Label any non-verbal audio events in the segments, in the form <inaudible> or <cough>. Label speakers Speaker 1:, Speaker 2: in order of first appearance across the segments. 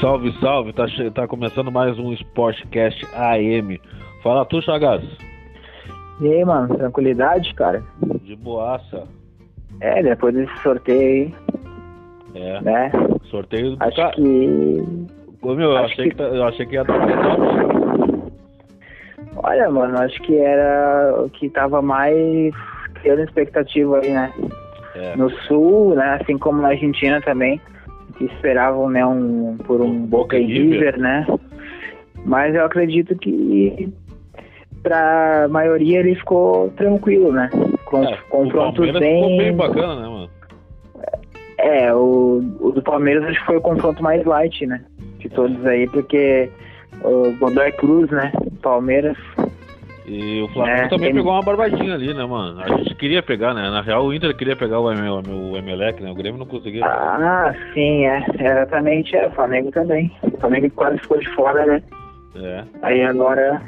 Speaker 1: Salve, salve! Tá, che- tá começando mais um Sportcast AM. Fala tu, Chagas.
Speaker 2: E aí, mano, tranquilidade, cara?
Speaker 1: De boaça.
Speaker 2: É, depois desse sorteio
Speaker 1: É.
Speaker 2: aí, né?
Speaker 1: Sorteio do
Speaker 2: Acho
Speaker 1: cara.
Speaker 2: que.
Speaker 1: Ô, meu, eu
Speaker 2: acho
Speaker 1: achei que...
Speaker 2: que-
Speaker 1: tá- eu achei que ia dar legal.
Speaker 2: Olha, mano, acho que era o que tava mais criando expectativa aí, né?
Speaker 1: É.
Speaker 2: No sul, né? Assim como na Argentina também, que esperavam, né, um, por um Boca e River, né? Mas eu acredito que pra maioria ele ficou tranquilo, né? Com,
Speaker 1: É, o
Speaker 2: confrontos
Speaker 1: Palmeiras ficou
Speaker 2: bem.
Speaker 1: bem bacana, né, mano?
Speaker 2: É, o, o do Palmeiras acho que foi o confronto mais light, né? De todos aí, porque o Godoy Cruz, né? Palmeiras.
Speaker 1: E o Flamengo
Speaker 2: É,
Speaker 1: também
Speaker 2: tem-
Speaker 1: pegou uma barbadinha ali, né, mano? A gente queria pegar, né? Na real, o Inter queria pegar o, Eme- o Emelec, né? O Grêmio não conseguiu.
Speaker 2: Ah, sim, é. Exatamente, é. O Flamengo também. O Flamengo quase ficou de fora, né?
Speaker 1: É.
Speaker 2: Aí agora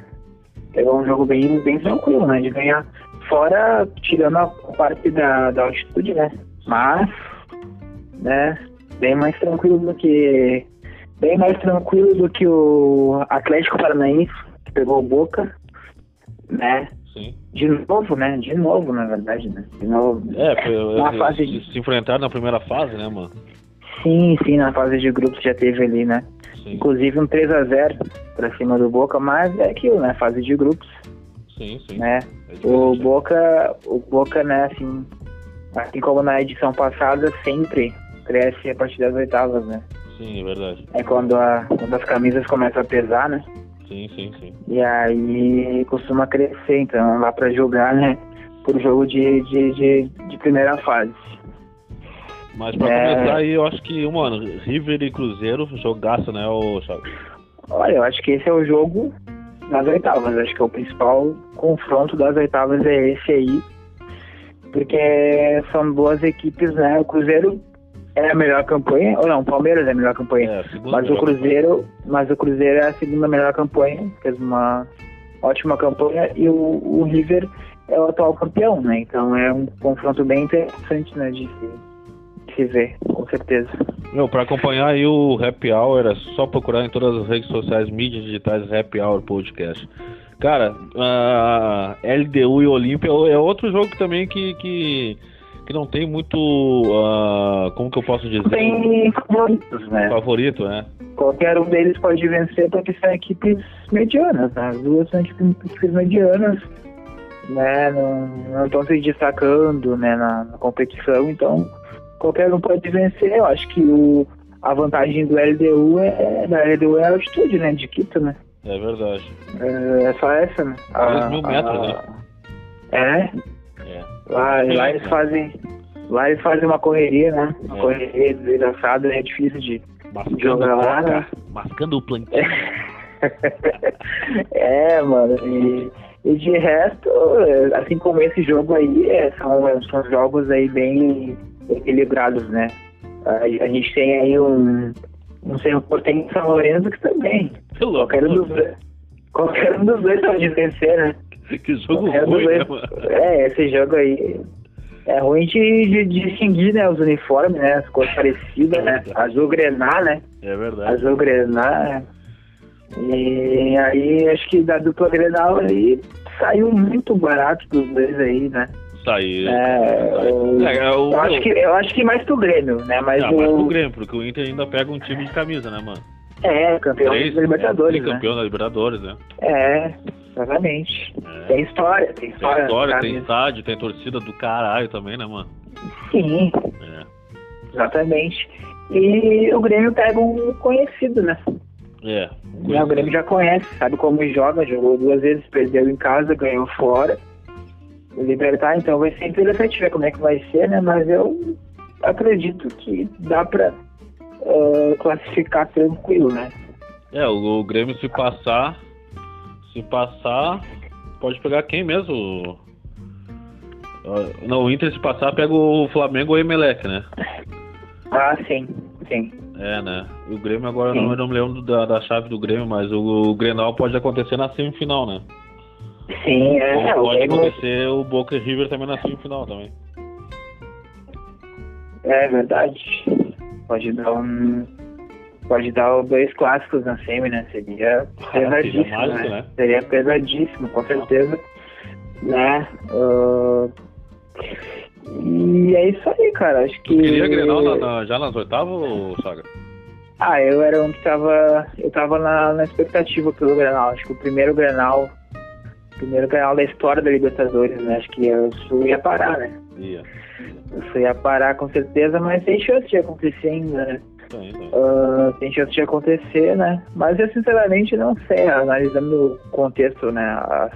Speaker 2: pegou um jogo bem, bem tranquilo, né? De ganhar. Fora tirando a parte da, da altitude, né? Mas, né? Bem mais tranquilo do que. Bem mais tranquilo do que o Atlético Paranaense, que pegou o boca, né?
Speaker 1: Sim.
Speaker 2: De novo, né? De novo, na verdade, né? De novo.
Speaker 1: É, foi-
Speaker 2: Na
Speaker 1: eles
Speaker 2: fase
Speaker 1: se-
Speaker 2: de-
Speaker 1: se enfrentaram na primeira fase, né, mano?
Speaker 2: Sim, sim, na fase de grupos já teve ali, né?
Speaker 1: Sim,
Speaker 2: Inclusive um 3x0 pra cima do Boca, mas é aquilo, né? Fase de grupos,
Speaker 1: sim, sim.
Speaker 2: né?
Speaker 1: É
Speaker 2: O
Speaker 1: diferente, né?
Speaker 2: Boca, o Boca, né, assim, assim como na edição passada, sempre cresce a partir das oitavas, né?
Speaker 1: Sim, é verdade.
Speaker 2: É quando, a, quando as camisas começam a pesar, né?
Speaker 1: Sim, sim, sim.
Speaker 2: E aí costuma crescer, então lá pra jogar, né? Por jogo de, de, de, de primeira fase.
Speaker 1: Mas pra
Speaker 2: É.
Speaker 1: começar aí, eu acho que, mano, River e Cruzeiro, jogaço, né, o Chagas?
Speaker 2: Olha, eu acho que esse é o jogo das oitavas. Acho que é o principal confronto das oitavas é esse aí. Porque são duas equipes, né? O Cruzeiro é a melhor campanha, ou não, o Palmeiras é a melhor campanha.
Speaker 1: É, segundo
Speaker 2: Mas o
Speaker 1: jogo.
Speaker 2: Cruzeiro, mas o Cruzeiro é a segunda melhor campanha, fez uma ótima campanha e o, o River é o atual campeão, né? Então é um confronto bem interessante, né, de se, de se ver, com certeza.
Speaker 1: Meu, pra acompanhar aí o Happy Hour, é só procurar em todas as redes sociais, mídias digitais, Happy Hour Podcast. Cara, ah, LDU e Olímpia é outro jogo também que, que, que não tem muito, ah, como que eu posso dizer,
Speaker 2: Tem favoritos, né?
Speaker 1: favorito, né?
Speaker 2: Qualquer um deles pode vencer porque são equipes medianas, né? As duas são equipes, equipes medianas, né? Não estão se destacando né? na, na competição, então qualquer um pode vencer. Eu acho que o, a vantagem do LDU é da LDU é a altitude, né? De Quito, né?
Speaker 1: É verdade.
Speaker 2: É, é só essa, né? A-
Speaker 1: 3 mil metros,
Speaker 2: a-
Speaker 1: né?
Speaker 2: É,
Speaker 1: É.
Speaker 2: lá, lá eles fazem. Lá eles fazem uma correria, né? Uma
Speaker 1: É.
Speaker 2: correria desgraçada, né? é difícil de,
Speaker 1: Mascando,
Speaker 2: Joga lá, né?
Speaker 1: placar, mascando o plantinho.
Speaker 2: <laughs> É, mano, e, e de resto, é, assim como esse jogo aí, é, são, são jogos aí bem equilibrados, né? A, a gente tem aí um, um Senhor tem São Lourenço que também.
Speaker 1: Pelo <laughs>
Speaker 2: Qualquer um
Speaker 1: amor
Speaker 2: dos dois. Qualquer um dos dois pode vencer, né?
Speaker 1: Que <laughs> jogo
Speaker 2: Qualquer um dos
Speaker 1: ruim, né,
Speaker 2: dois.
Speaker 1: mano?
Speaker 2: É, esse jogo aí. É ruim de, de, de distinguir, né? Os uniformes, né? As cores parecidas, né? Azul grená, né?
Speaker 1: É verdade.
Speaker 2: Azul Grená. né? E aí acho que da dupla Grenal aí saiu muito barato dos dois aí, né?
Speaker 1: Saiu.
Speaker 2: É, eu,
Speaker 1: É, o-
Speaker 2: eu acho que, eu acho que mais pro Grêmio, né? Mas,
Speaker 1: Ah,
Speaker 2: o,
Speaker 1: mas pro Grêmio, porque o Inter ainda pega um time de camisa, né, mano?
Speaker 2: é, campeão da Libertadores,
Speaker 1: é,
Speaker 2: né?
Speaker 1: campeão da Libertadores, né?
Speaker 2: É, exatamente.
Speaker 1: É.
Speaker 2: Tem história, tem história.
Speaker 1: Tem história, tem
Speaker 2: sabe?
Speaker 1: estádio, tem torcida do caralho também, né, mano?
Speaker 2: Sim,
Speaker 1: É.
Speaker 2: exatamente. E o Grêmio pega um conhecido, né?
Speaker 1: É.
Speaker 2: Né, o Grêmio já conhece, sabe como joga, jogou duas vezes, perdeu em casa, ganhou fora. O Libertar, então vai ser interessante ver como é que vai ser, né? Mas eu acredito que dá pra ah, classificar tranquilo, né?
Speaker 1: É, o, o Grêmio se passar. Se passar, pode pegar quem mesmo? Ah, Não, o Inter se passar, pega o Flamengo ou o Emelec, né?
Speaker 2: Ah, sim, sim.
Speaker 1: É, né? E o Grêmio agora
Speaker 2: Sim.
Speaker 1: não, eu não me lembro da, da chave do Grêmio, mas o, o Grenal pode acontecer na semifinal, né?
Speaker 2: Sim, é,
Speaker 1: Ou
Speaker 2: o
Speaker 1: pode
Speaker 2: Grêmio-
Speaker 1: acontecer o Boca e River também na semifinal também.
Speaker 2: é verdade. Pode dar um, Pode dar os dois clássicos na semi, né? Seria pesadíssimo.
Speaker 1: Ah, seria mágico, né?
Speaker 2: Seria pesadíssimo, com certeza. Né? Ah, E é isso aí, cara. Acho que.
Speaker 1: Queria Grenal na- na- já nas oitavas, ô, Saga?
Speaker 2: Ah, eu era um que tava. Eu tava na, na expectativa pelo Granal. Acho que o primeiro Granal. O primeiro Granal da história da Libertadores, né? Acho que eu só ia parar, né?
Speaker 1: Ia.
Speaker 2: Eu só ia parar com certeza, mas tem chance de acontecer ainda, né?
Speaker 1: Tem, tem.
Speaker 2: Ah, tem chance de acontecer, né? Mas eu sinceramente não sei, analisando o contexto, né? a-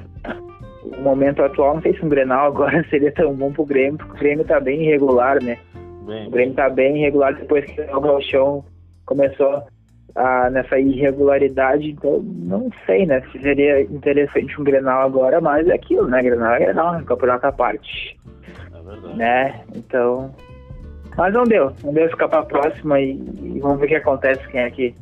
Speaker 2: o momento atual, não sei se um Grenal agora <laughs> seria tão bom pro Grêmio, porque o Grêmio tá bem irregular, né?
Speaker 1: Bem,
Speaker 2: O Grêmio tá bem irregular depois que o Galchão começou a, nessa irregularidade, então não sei, né? Se seria interessante um Grenal agora, mas é aquilo, né? Grenal é Grenal, né? campeonato à parte
Speaker 1: é verdade.
Speaker 2: né? Então. Mas não deu. Não deu ficar pra próxima e, e vamos ver o que acontece, quem é que.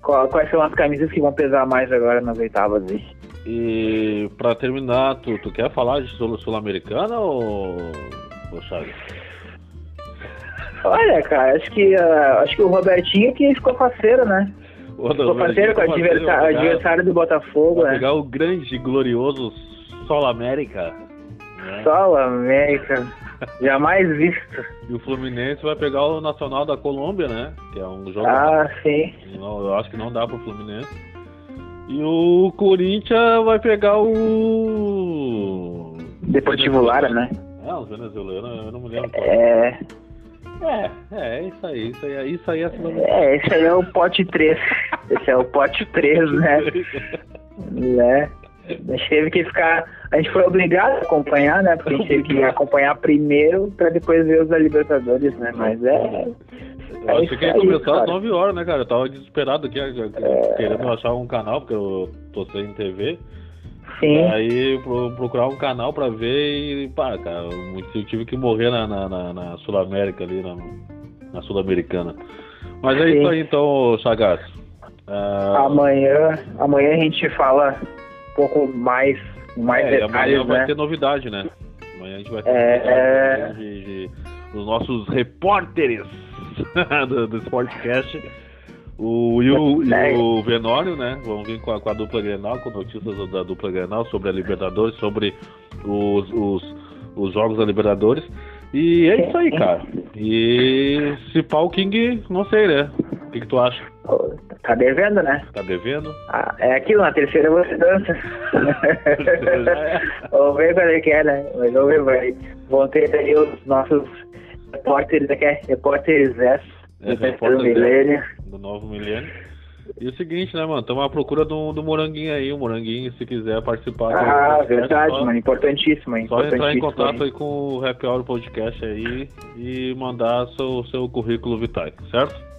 Speaker 2: qual- quais são as camisas que vão pesar mais agora nas oitavas aí.
Speaker 1: E pra terminar, tu, tu quer falar de Sul- Sul-Americana ou. ô, Saga?
Speaker 2: Olha, cara, acho que ah, acho que o Robertinho que ficou parceiro, né?
Speaker 1: Ô,
Speaker 2: Ficou
Speaker 1: Adalberto,
Speaker 2: parceiro com o
Speaker 1: parceiro,
Speaker 2: adversa-
Speaker 1: vai pegar-
Speaker 2: adversário do Botafogo,
Speaker 1: vai
Speaker 2: né?
Speaker 1: pegar o grande e glorioso Sol América. né?
Speaker 2: Sol América. Jamais visto.
Speaker 1: E o Fluminense vai pegar o Nacional da Colômbia, né? Que é um jogo.
Speaker 2: Ah, sim.
Speaker 1: Não, eu acho que não dá pro Fluminense. E o Corinthians vai pegar o.
Speaker 2: Deportivo Lara, né?
Speaker 1: É, os venezuelanos, eu não me lembro. Qual. É,
Speaker 2: É,
Speaker 1: é, é isso aí, isso aí, isso aí é <laughs> Sul-Americana.
Speaker 2: é, esse aí é o pote 3. <laughs> Esse é o pote 3, né? né? A gente teve que ficar. A gente foi obrigado a acompanhar, né? Porque a gente teve que acompanhar primeiro pra depois ver os da Libertadores, né? Mas é.
Speaker 1: Eu
Speaker 2: É
Speaker 1: achei que ia
Speaker 2: isso aí,
Speaker 1: começar às
Speaker 2: cara. É.
Speaker 1: 9 horas, né, cara? Eu tava desesperado aqui, querendo achar um canal, porque eu tô sem TV.
Speaker 2: Sim.
Speaker 1: Aí pro- procurar um canal pra ver e pá, cara, eu, eu tive que morrer na, na, na- na Sul-América ali, na, na Sul-Americana. Mas é
Speaker 2: Sim.
Speaker 1: isso aí então, Chagas. Ah,
Speaker 2: Amanhã, amanhã a gente fala um pouco mais, mais
Speaker 1: é, e amanhã
Speaker 2: detalhes,
Speaker 1: vai
Speaker 2: né?
Speaker 1: ter novidade, né? Amanhã a gente vai ter
Speaker 2: É,
Speaker 1: novidade de, de- dos nossos repórteres <laughs> do, do Sportcast. O Will
Speaker 2: É.
Speaker 1: e o Venório, né? Vão vir com a, com a dupla Grenal, com notícias da dupla Grenal sobre a Libertadores, sobre os, os, os jogos da Libertadores. E é isso aí, cara. E se pau King, não sei, né? O que, que tu acha?
Speaker 2: Tá devendo, né?
Speaker 1: Tá devendo?
Speaker 2: Ah, é aquilo, na terceira
Speaker 1: <laughs>
Speaker 2: você dança. vamos ver qual é que é, né? Mas vamos ver, vai. Vão ter aí os nossos repórteres, né? que é Repórteres S.
Speaker 1: É,
Speaker 2: do terceiro
Speaker 1: repórteres S.
Speaker 2: milênio.
Speaker 1: do novo milênio. E o seguinte, né, mano? Estamos à procura do, do Moranguinho aí. O Moranguinho, se quiser participar. do
Speaker 2: Ah,
Speaker 1: podcast,
Speaker 2: verdade,
Speaker 1: só,
Speaker 2: mano. Importantíssimo,
Speaker 1: Só
Speaker 2: importantíssimo.
Speaker 1: entrar em contato aí com o Happy Hour Podcast aí e mandar seu, seu currículo vitae, certo?